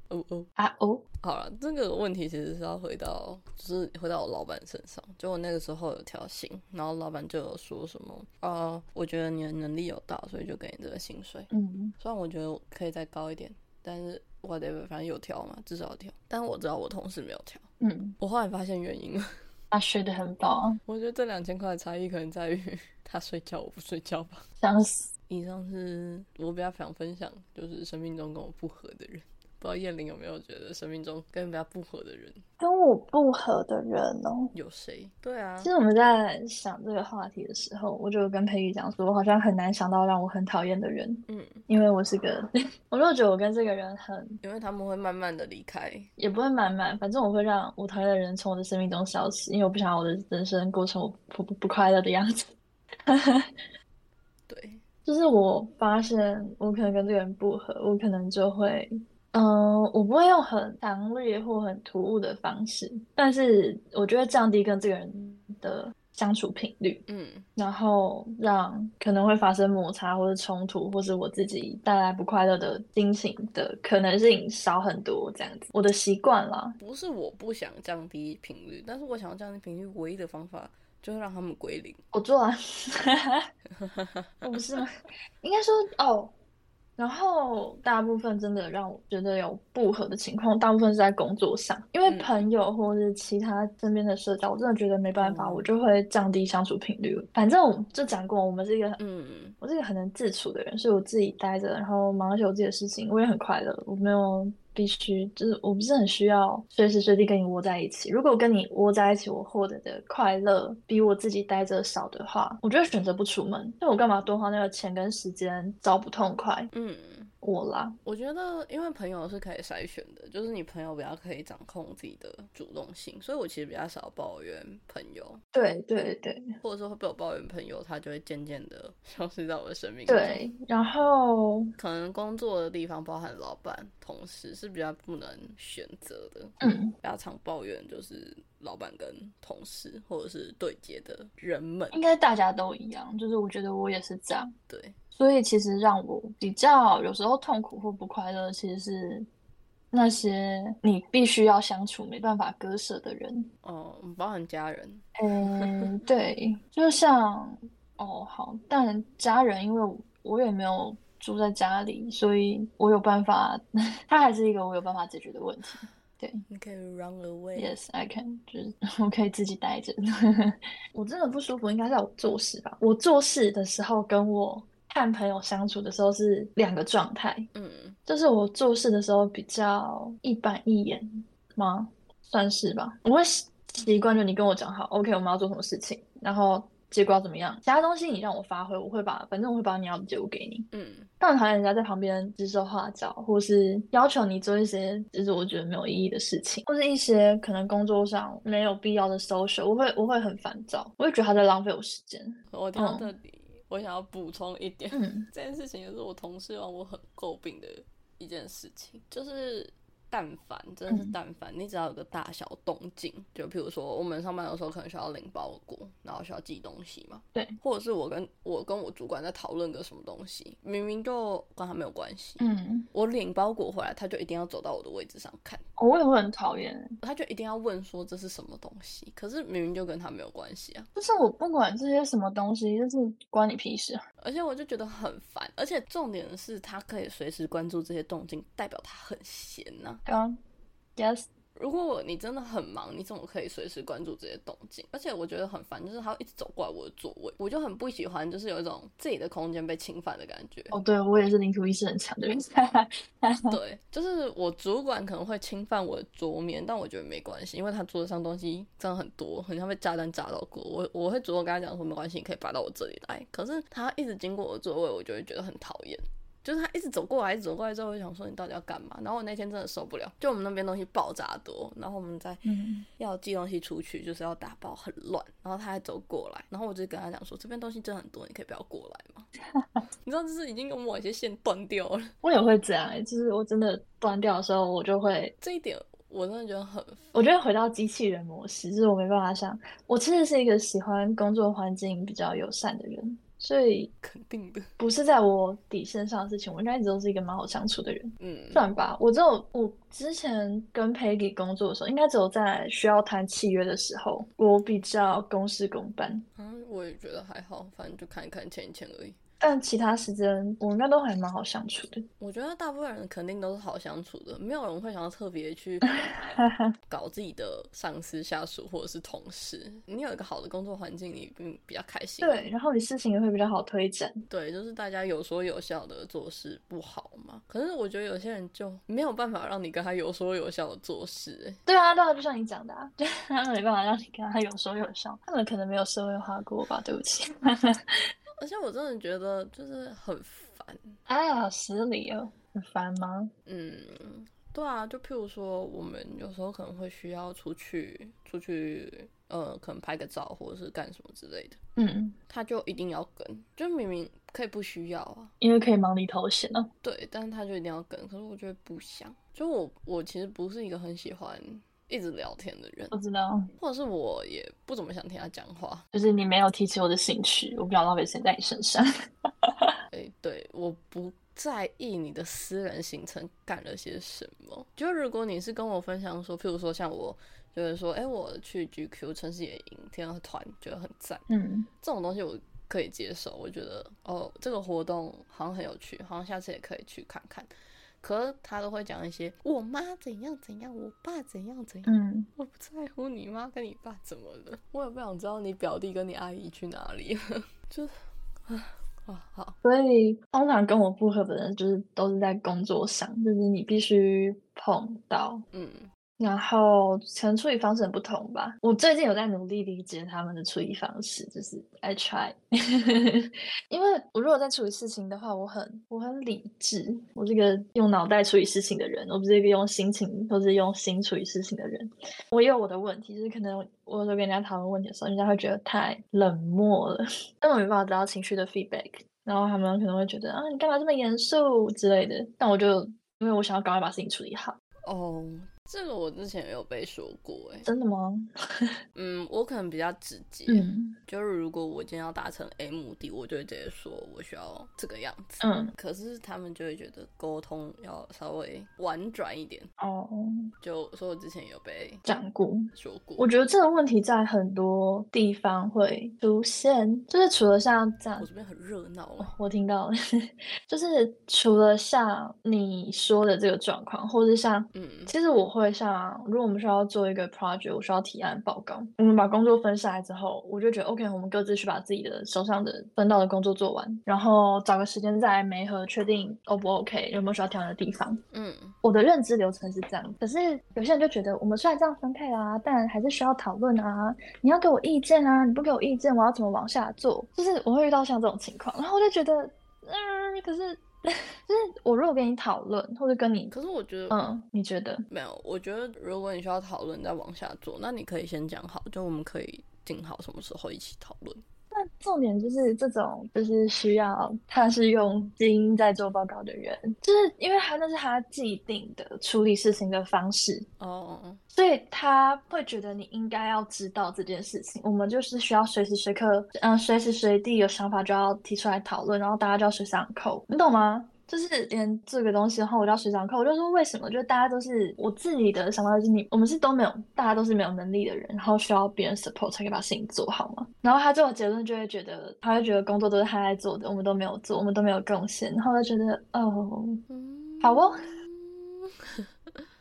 Speaker 1: 哦哦。
Speaker 2: 啊哦，
Speaker 1: 好了，这个问题其实是要回到，就是回到我老板身上。就我那个时候有调薪，然后老板就有说什么，呃，我觉得你的能力有到，所以就给你这个薪水。
Speaker 2: 嗯，
Speaker 1: 虽然我觉得可以再高一点，但是 whatever，反正有调嘛，至少有调。但我知道我同事没有调，
Speaker 2: 嗯，
Speaker 1: 我后来发现原因了。
Speaker 2: 他睡得很饱啊，
Speaker 1: 我觉得这两千块的差异可能在于 他睡觉，我不睡觉吧。
Speaker 2: 想死。
Speaker 1: 以上是我比较想分享，就是生命中跟我不合的人。不知道燕玲有没有觉得生命中跟人家不合的人
Speaker 2: 跟我不合的人哦。
Speaker 1: 有谁？对啊
Speaker 2: 其，实我们在想这个话题的时候，我就跟佩玉讲说，我好像很难想到让我很讨厌的人，
Speaker 1: 嗯，
Speaker 2: 因为我是个， 我就觉得我跟这个人很，
Speaker 1: 因为他们会慢慢的离开，
Speaker 2: 也不会满满，反正我会让我讨厌的人从我的生命中消失，因为我不想我的人生过成我不不不快乐的样子。
Speaker 1: 对，
Speaker 2: 就是我发现我可能跟这个人不合，我可能就会，嗯、我不会用很强烈或很突兀的方式，但是我就会降低跟这个人的相处频率，
Speaker 1: 嗯，
Speaker 2: 然后让可能会发生摩擦或者冲突，或是我自己带来不快乐的心情的可能性少很多，这样子，我的习惯啦。
Speaker 1: 不是我不想降低频率，但是我想要降低频率唯一的方法就是让他们归零。
Speaker 2: 我做啊， 我不是吗？应该说哦，然后大部分真的让我觉得有不合的情况，大部分是在工作上，因为
Speaker 1: 嗯
Speaker 2: 朋友或者是其他身边的社交，我真的觉得没办法，
Speaker 1: 嗯
Speaker 2: 我就会降低相处频率。反正我就讲过，我们是一个很，
Speaker 1: 嗯，
Speaker 2: 我是一个很能自处的人，所以我自己待着，然后忙一些我自己的事情，我也很快乐，我没有。必须就是我不是很需要随时随地跟你窝在一起。如果跟你窝在一起，我获得的快乐比我自己待着少的话，我就会选择不出门。那我干嘛多花那个钱跟时间找不痛快？
Speaker 1: 嗯，
Speaker 2: 我啦，
Speaker 1: 我觉得因为朋友是可以筛选的，就是你朋友比较可以掌控自己的主动性，所以我其实比较少抱怨朋友，
Speaker 2: 对对对
Speaker 1: 或者说会被我抱怨朋友，他就会渐渐的消失在我的生命中。
Speaker 2: 对，然后
Speaker 1: 可能工作的地方包含老板、同事是比较不能选择的，
Speaker 2: 嗯，
Speaker 1: 比较常抱怨就是老板跟同事或者是对接的人们，
Speaker 2: 应该大家都一样，就是我觉得我也是这样，
Speaker 1: 对，
Speaker 2: 所以其实让我比较有时候痛苦或不快乐，其实是那些你必须要相处没办法割舍的人。
Speaker 1: 哦、包含家人，
Speaker 2: 嗯，对，就像哦，好，但家人，因为我我也没有住在家里，所以我有办法， 它还是一个我有办法解决的问题。对
Speaker 1: 你可以 run away。
Speaker 2: ，yes I can，就是 我可以自己待着。我真的不舒服，应该在我做事吧。我做事的时候跟我和朋友相处的时候是两个状态，
Speaker 1: 嗯，
Speaker 2: 就是我做事的时候比较一板一眼吗？算是吧。我会习习惯，就你跟我讲好，OK，我们要做什么事情，然后结果要怎么样，其他东西你让我发挥，我会把反正我会把你要的结果给你。
Speaker 1: 嗯，
Speaker 2: 但我讨厌人家在旁边指手画脚，或是要求你做一些就是我觉得没有意义的事情，或是一些可能工作上没有必要的 social，我会我会很烦躁，我会觉得他在浪费我时间。
Speaker 1: 我听到
Speaker 2: 嗯
Speaker 1: 这里，我想要补充一点，
Speaker 2: 嗯
Speaker 1: 这件事情也是我同事让我很诟病的一件事情，就是但凡真的是
Speaker 2: 嗯
Speaker 1: 但凡，你只要有个大小动静，就譬如说我们上班的时候可能需要领包裹，然后需要寄东西嘛，
Speaker 2: 对，
Speaker 1: 或者是我跟我跟我主管在讨论个什么东西，明明就跟他没有关系，
Speaker 2: 嗯，哦
Speaker 1: 我领包裹回来，他就一定要走到我的位置上看，
Speaker 2: 我也会很讨厌，
Speaker 1: 他就一定要问说这是什么东西，可是明明就跟他没有关系啊，
Speaker 2: 就是我不管这些什么东西，就是关你屁事啊。
Speaker 1: 而且我就觉得很烦，而且重点是他可以随时关注这些动静，代表他很闲呐、
Speaker 2: 对啊，yes，
Speaker 1: 如果你真的很忙，你怎么可以随时关注这些动静？而且我觉得很烦，就是他会一直走过来我的座位，我就很不喜欢，就是有一种自己的空间被侵犯的感觉。
Speaker 2: 哦，对我也是领土意识很强的人，
Speaker 1: 对，就是我主管可能会侵犯我的桌面，但我觉得没关系，因为他桌子上东西真的很多，很像被炸弹炸到过。我我会主动跟他讲说没关系，你可以拔到我这里来。可是他一直经过我的座位，我就会觉得很讨厌。就是他一直走过来，一直走过来之后，我就想说你到底要干嘛？然后我那天真的受不了，就我们那边东西爆炸多，然后我们在
Speaker 2: 嗯，
Speaker 1: 要寄东西出去，就是要打包很乱，然后他还走过来，然后我就跟他讲说这边东西真的很多，你可以不要过来嘛。 你知道，就是已经有某一些线断掉了。
Speaker 2: 我也会这样，欸就是我真的断掉的时候，我就会
Speaker 1: 这一点我真的觉得很
Speaker 2: 我觉得回到机器人模式，就是我没办法想，我其实是一个喜欢工作环境比较友善的人，所以
Speaker 1: 肯定的。
Speaker 2: 不是在我底线上的事情，我应该一直都是一个蛮好相处的人，
Speaker 1: 嗯，
Speaker 2: 算吧。我只有我之前跟 Peggy 工作的时候，应该只有在需要谈契约的时候，我比较公事公办，
Speaker 1: 嗯，我也觉得还好，反正就看一看，签一签而已。
Speaker 2: 但其他时间我应该都还蛮好相处的。
Speaker 1: 我觉得大部分人肯定都是好相处的，没有人会想要特别去搞自己的上司、下属或者是同事。你有一个好的工作环境，你比比较开心。啊
Speaker 2: 对，然后你事情也会比较好推展。
Speaker 1: 对，就是大家有说有笑的做事不好嘛。可是我觉得有些人就没有办法让你跟他有说有笑的做事、欸
Speaker 2: 对啊，对啊，就像你讲的啊， 就是他们没办法让你跟他有说有笑，他们可能没有社会化过吧，对不起。
Speaker 1: 而且我真的觉得就是很烦。
Speaker 2: 啊，失礼哦，很烦吗？
Speaker 1: 嗯，对啊，就譬如说，我们有时候可能会需要出去，出去，呃，可能拍个照或者是干什么之类的，
Speaker 2: 嗯，
Speaker 1: 他就一定要跟，就明明可以不需要啊，
Speaker 2: 因为可以忙里偷闲啊。
Speaker 1: 对，但是他就一定要跟，可是我就会不想，就我我其实不是一个很喜欢一直聊天的人
Speaker 2: 不，知道，
Speaker 1: 或者是我也不怎么想听他讲话，
Speaker 2: 就是你没有提起我的兴趣，我不想浪费时间在你身上。
Speaker 1: 哎，对，我不在意你的私人行程干了些什么。就如果你是跟我分享说，譬如说像我，就是说，哎，我去 GQ 城市野营天鹅团，觉得很赞，
Speaker 2: 嗯，
Speaker 1: 这种东西我可以接受。我觉得哦，这个活动好像很有趣，好像下次也可以去看看。可是他都会讲一些我妈怎样怎样，我爸怎样怎样，
Speaker 2: 嗯，
Speaker 1: 我不在乎你妈跟你爸怎么了，我也不想知道你表弟跟你阿姨去哪里了， 就是啊啊好。
Speaker 2: 所以通常跟我不合的人，就是都是在工作上，就是你必须碰到，
Speaker 1: 嗯，
Speaker 2: 然后可能处理方式很不同吧。我最近有在努力理解他们的处理方式，就是 I try，因为我如果在处理事情的话，我很我很理智，我是一个用脑袋处理事情的人，我不是一个用心情或是用心处理事情的人。我也有我的问题，就是可能我有时候跟人家讨论问题的时候，人家会觉得太冷漠了，但我没办法得到情绪的 feedback，然后他们可能会觉得啊，你干嘛这么严肃之类的。但我就因为我想要赶快把事情处理好，
Speaker 1: 哦，这个我之前也有被说过哎，
Speaker 2: 真的吗？
Speaker 1: 嗯，我可能比较直接，
Speaker 2: 嗯
Speaker 1: 就是如果我今天要达成 A 目的，我就会直接说我需要这个样子。
Speaker 2: 嗯。
Speaker 1: 可是他们就会觉得沟通要稍微婉转一点，
Speaker 2: 哦，
Speaker 1: 就所以我之前也有被
Speaker 2: 掌故。
Speaker 1: 说过，
Speaker 2: 我觉得这个问题在很多地方会出现，就是除了像这样
Speaker 1: 我，这边很热闹啊
Speaker 2: 哦
Speaker 1: 了，
Speaker 2: 我听到了， 就是除了像你说的这个状况，或是像，
Speaker 1: 嗯
Speaker 2: 其实我会像，如果我们需要做一个 project，我需要提案报告，我们把工作分下来之后，我就觉得 OK，我们各自去把自己的手上的分到的工作做完，然后找个时间再来媒合，确定 O 不 OK，有没有需要调整的地方。
Speaker 1: 嗯，
Speaker 2: 我的认知流程是这样，可是有些人就觉得我们虽然这样分配啦、但还是需要讨论啊。你要给我意见啊，你不给我意见，我要怎么往下做？就是我会遇到像这种情况，然后我就觉得，嗯、可是 就是我如果跟你讨论，或者跟你，
Speaker 1: 可是我觉得，
Speaker 2: 嗯，你觉得？
Speaker 1: 没有，我觉得如果你需要讨论再往下做，那你可以先讲好，就我们可以定好什么时候一起讨论。
Speaker 2: 那重点就是这种，就是需要他是用基因在做报告的人，就是因为他那是他既定的处理事情的方式，
Speaker 1: 哦，
Speaker 2: 所以他会觉得你应该要知道这件事情，我们就是需要随时随刻，嗯、随时随地有想法就要提出来讨论，然后大家就要随上扣，你懂吗？就是连这个东西的话，我就要随上扣。我就说为什么？就是大家都是我自己的想法，就是你我们是都没有，大家都是没有能力的人，然后需要别人 support 才可以把事情做好嘛。然后他这种结论就会觉得，他会觉得工作都是他在做的，我们都没有做，我们都没有贡献，然后就觉得哦，
Speaker 1: 嗯
Speaker 2: 好哦，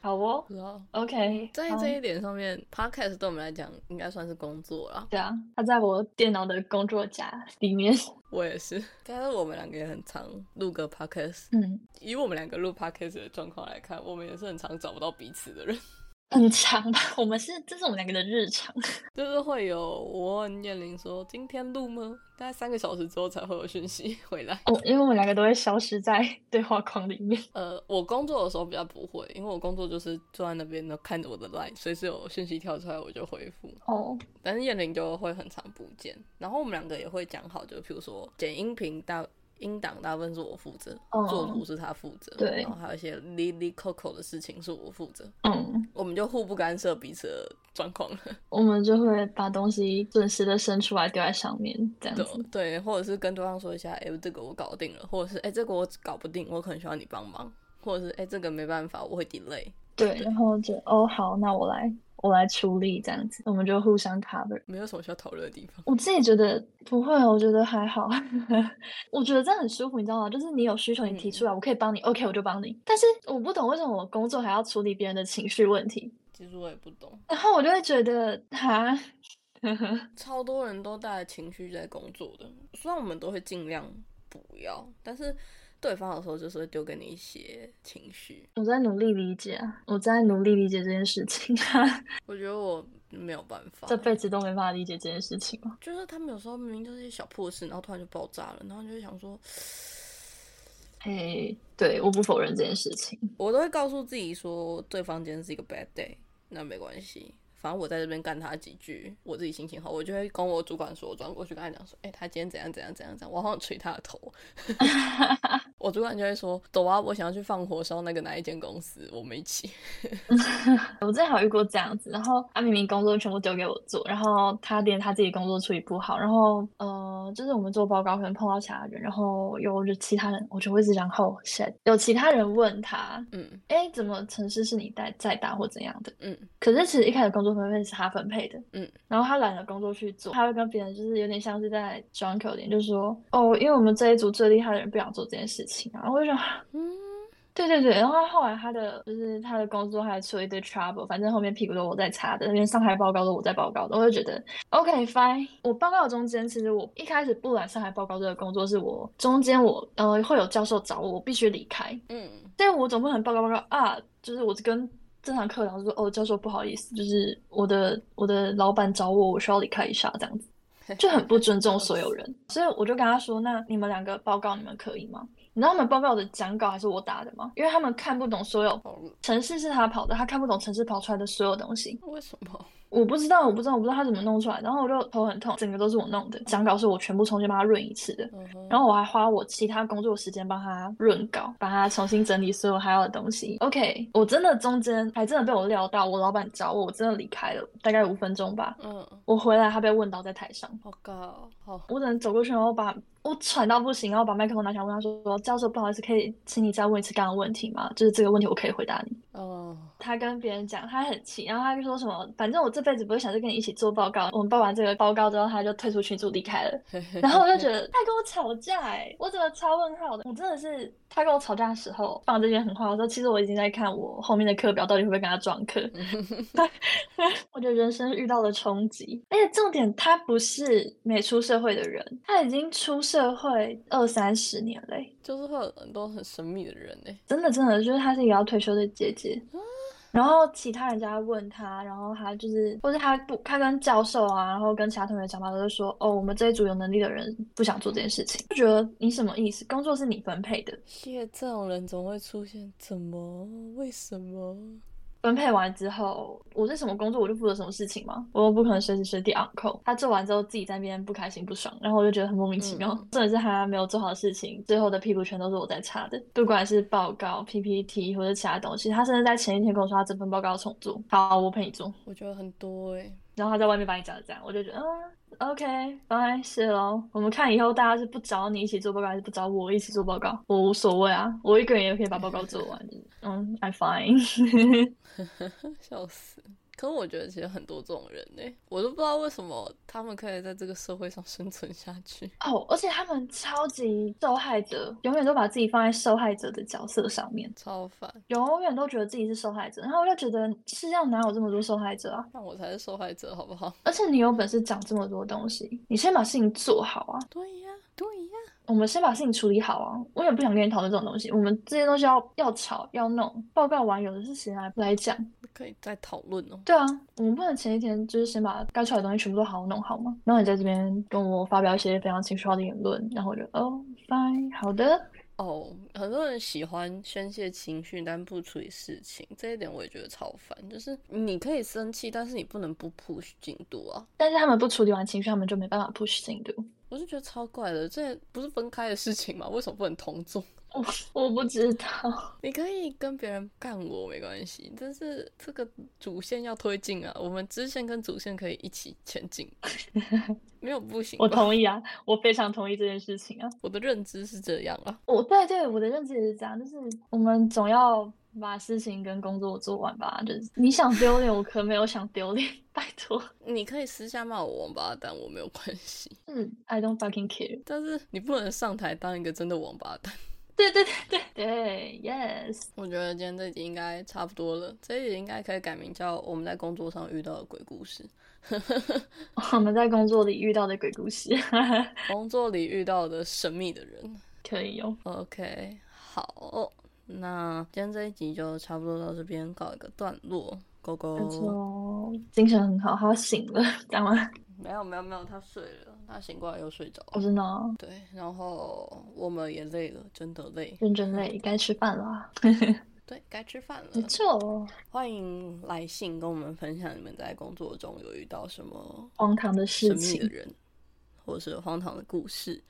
Speaker 2: 好哦
Speaker 1: 不知道。
Speaker 2: ，OK，
Speaker 1: 在
Speaker 2: 好
Speaker 1: 这一点上面，podcast 对我们来讲应该算是工作啦。
Speaker 2: 对啊，他在我电脑的工作夹里面。
Speaker 1: 我也是，但是我们两个也很常录个 podcast。
Speaker 2: 嗯，
Speaker 1: 以我们两个录 podcast 的状况来看，我们也是很常找不到彼此的人，
Speaker 2: 很长吧？我们是这是我们两个的日常。
Speaker 1: 就是会有我问燕玲说今天录吗？大概三个小时之后才会有讯息回来。
Speaker 2: 哦，因为我们两个都会消失在 对话框里面。
Speaker 1: 呃，我工作的时候比较不会，因为我工作就是坐在那边然后看着我的 line，随时有讯息跳出来我就回复。
Speaker 2: 哦，
Speaker 1: 但是燕玲就会很常不见，然后我们两个也会讲好，就比如说剪音频大音档大部分是我负责，
Speaker 2: 哦
Speaker 1: 做图是他负责，
Speaker 2: 对
Speaker 1: 然后还有一些 Lily Coco 的事情是我负责，
Speaker 2: 嗯，
Speaker 1: 我们就互不干涉彼此的状况 了，
Speaker 2: 我们就会把东西准时的伸出来丢在上面，这样
Speaker 1: 对
Speaker 2: 子。
Speaker 1: 对，或者是跟对方说一下，哎，这个我搞定了，或者是哎，这个我搞不定，我可能需要你帮忙，或者是哎，这个没办法，我会 delay。
Speaker 2: 对，然后就哦好，那我来我来处理这样子，我们就互相 cover。
Speaker 1: 没有什么需要讨论的地方，
Speaker 2: 我自己觉得不会，哦我觉得还好， 我觉得这样很舒服，你知道吗？就是你有需求，你提
Speaker 1: 嗯
Speaker 2: 出来，我可以帮你，OK，我就帮你。但是我不懂为什么我工作还要处理别人的情绪问题，
Speaker 1: 其实我也不懂，
Speaker 2: 然后我就会觉得哈，
Speaker 1: 超多人都带着情绪在工作的，虽然我们都会尽量不要，但是对方有时候就是会丢给你一些情绪。
Speaker 2: 我在努力理解啊，我在努力理解这件事情啊，
Speaker 1: 我觉得我没有办法，
Speaker 2: 这辈子都没办法理解这件事情了。
Speaker 1: 就是他们有时候明明就是一些小破事，然后突然就爆炸了，然后你就会想说，
Speaker 2: 哎，对，我不否认这件事情。
Speaker 1: 我都会告诉自己说，对方今天是一个 bad day，那没关系。反正我在这边干他几句，我自己心情好，我就会跟我主管说，我转过去跟他讲说，哎、他今天怎样怎样怎样怎样，我好想捶他的头。 我主管就会说，走啊，我想要去放火烧那个哪一间公司，我们一起。
Speaker 2: 我之前还有遇过这样子，然后他明明工作全部丢给我做，然后他连他自己工作处理不好，然后呃，就是我们做报告可能碰到其他人，然后有其他人，我就会一直然后 shit，有其他人问他，
Speaker 1: 嗯
Speaker 2: 哎，怎么城市是你带在打或怎样的？
Speaker 1: 嗯
Speaker 2: 可是其实一开始工作分配是他分配的，
Speaker 1: 嗯，
Speaker 2: 然后他懒得工作去做，他会跟别人就是有点像是在装可怜，就是说哦，因为我们这一组最厉害的人不想做这件事情啊，然后我就想，
Speaker 1: 嗯，
Speaker 2: 对对对，然后他后来他的就是他的工作还出了一堆 trouble，反正后面屁股都我在擦的，连上海报告都我在报告的，我就觉得 OK fine。我报告中间，其实我一开始不来上海报告这个工作，是我中间我呃会有教授找我，我必须离开，
Speaker 1: 嗯
Speaker 2: 但我总不能报告报告啊，就是我跟这堂课老师说，哦，教授不好意思，就是我的我的老板找我，我需要离开一下，这样子就很不尊重所有人，所以我就跟他说，那你们两个报告你们可以吗？你知道他们报告的讲稿还是我打的吗？因为他们看不懂所有
Speaker 1: 好了，
Speaker 2: 城市是他跑的，他看不懂城市跑出来的所有东西。
Speaker 1: 为什么？
Speaker 2: 我不知道，我不知道，我不知道他怎么弄出来，然后我就头很痛，整个都是我弄的，讲稿是我全部重新帮他润一次的。
Speaker 1: 嗯哼，
Speaker 2: 然后我还花我其他工作时间帮他润稿，把他重新整理所有还要的东西。OK，我真的中间还真的被我料到，我老板找我，我真的离开了，大概五分钟吧。
Speaker 1: 嗯，
Speaker 2: 我回来，他被问倒在台上，
Speaker 1: 好高，好，
Speaker 2: 我只能走过去，然后把我喘到不行，然后把麦克风拿起来问他说：“教授，不好意思，可以请你再问一次刚刚的问题吗？就是这个问题我可以回答你。”
Speaker 1: 嗯哦，
Speaker 2: 他跟别人讲他很气，然后他就说什么，反正我这辈子不会想再跟你一起做报告。我们报完这个报告之后，他就退出群组离开了。然后我就觉得他跟我吵架、欸，我整个超问号的。我真的是他跟我吵架的时候放这些狠话，我说其实我已经在看我后面的课表到底会不会跟他撞课。 我觉得人生遇到了冲击，而且重点他不是没出社会的人，他已经出社会二三十年嘞、欸，
Speaker 1: 就是会有很多很神秘的人哎、
Speaker 2: 真的真的就是他是一个要退休的姐姐。然后其他人家问他，然后他就是，或者他不，他跟教授啊，然后跟其他同学讲话，都是说，哦，我们这一组有能力的人不想做这件事情，就觉得你什么意思？工作是你分配的，
Speaker 1: 谢这种人总会出现，怎么？为什么？
Speaker 2: 分配完之后，我是什么工作我就负责什么事情嘛，我又不可能随时随地 on call。他做完之后自己在那边不开心不爽，然后我就觉得很莫名其妙。
Speaker 1: 嗯
Speaker 2: 重点是他没有做好事情，最后的屁股全都是我在擦的，不管是报告、PPT 或者其他东西，他甚至在前一天跟我说他整份报告要重做，好，我陪你做。
Speaker 1: 我觉得很多哎、
Speaker 2: 然后他在外面把你讲的这样，我就觉得嗯，OK，拜，是喽。我们看以后大家是不找你一起做报告，还是不找我一起做报告，我无所谓啊，我一个人也可以把报告做完。嗯，I'm fine。
Speaker 1: 笑死！可是我觉得其实很多这种人呢、我都不知道为什么他们可以在这个社会上生存下去。
Speaker 2: 哦，而且他们超级受害者，永远都把自己放在受害者的角色上面，
Speaker 1: 超烦，
Speaker 2: 永远都觉得自己是受害者，然后我就觉得世界上哪有这么多受害者啊？
Speaker 1: 但我才是受害者，好不好？
Speaker 2: 而且你有本事讲这么多东西，你先把事情做好啊，
Speaker 1: 对呀，对呀，
Speaker 2: 我们先把事情处理好啊。我也不想跟你讨论这种东西，我们这些东西要要吵要弄，报告完有的是时间来来讲。
Speaker 1: 可以再讨论哦。
Speaker 2: 对啊，我们不能前一天就是先把该出来的东西全部都好好弄好吗？然后你在这边跟我发表一些非常情绪化的言论，然后我就哦，fine，好的。
Speaker 1: 哦，很多人喜欢宣泄情绪，但不处理事情，这一点我也觉得超烦。就是你可以生气，但是你不能不 push 进度啊。
Speaker 2: 但是他们不处理完情绪，他们就没办法 push 进度。
Speaker 1: 我就觉得超怪的，这不是分开的事情吗？为什么不能同做？
Speaker 2: 我不知道，
Speaker 1: 你可以跟别人干我没关系，但是这个主线要推进啊，我们支线跟主线可以一起前 进，没有不行吧。
Speaker 2: 我同意啊，我非常同意这件事情啊。
Speaker 1: 我的认知是这样啊，
Speaker 2: 我对对，我的认知也是这样，就是我们总要把事情跟工作做完吧。就是 你想丢脸，我可没有想丢脸，拜托。
Speaker 1: 你可以私下骂我王八蛋，我没有关系，
Speaker 2: 嗯，I don't fucking care。
Speaker 1: 但是你不能上台当一个真的王八蛋。
Speaker 2: 对对对对对，yes。
Speaker 1: 我觉得今天这集应该差不多了，这一集应该可以改名叫《我们在工作上遇到的鬼故事》，
Speaker 2: 我们在工作里遇到的鬼故事，
Speaker 1: 工作里遇到的神秘的人。
Speaker 2: 可以哦。
Speaker 1: OK，好，那今天这一集就差不多到这边告一个段落。狗狗
Speaker 2: 没错，哦精神很好，他醒了，这样吗？
Speaker 1: 没有没有没有，他睡了，他醒过来又睡着了。
Speaker 2: 我真的哦
Speaker 1: 对，然后我们也累了，真的累。
Speaker 2: 认真累，该吃饭了啊。
Speaker 1: 对，该吃饭了
Speaker 2: 没。错哦。
Speaker 1: 欢迎来信跟我们分享你们在工作中有遇到什么
Speaker 2: 荒唐的
Speaker 1: 神
Speaker 2: 事
Speaker 1: 秘
Speaker 2: 情
Speaker 1: 的。人，或者是荒唐的故事，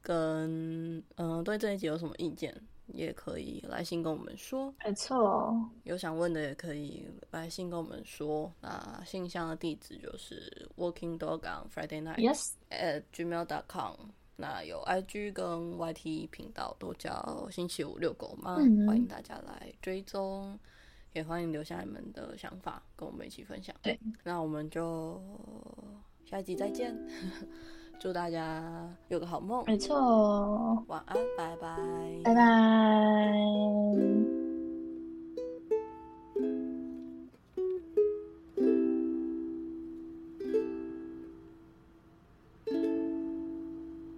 Speaker 1: 跟嗯、呃对这一集有什么意见，也可以来信跟我们说。
Speaker 2: 没错，哦
Speaker 1: 有想问的也可以来信跟我们说。那信箱的地址就是 working dog on Friday night
Speaker 2: Yes，
Speaker 1: at gmail dot com。那有 IG 跟 YT 频道都叫星期五遛狗吗？
Speaker 2: 嗯
Speaker 1: 欢迎大家来追踪，也欢迎留下你们的想法，跟我们一起分享。
Speaker 2: 对，
Speaker 1: 那我们就下一集再见。 祝大家有个好梦，
Speaker 2: 没错，
Speaker 1: 晚安，拜拜，
Speaker 2: 嗯拜拜。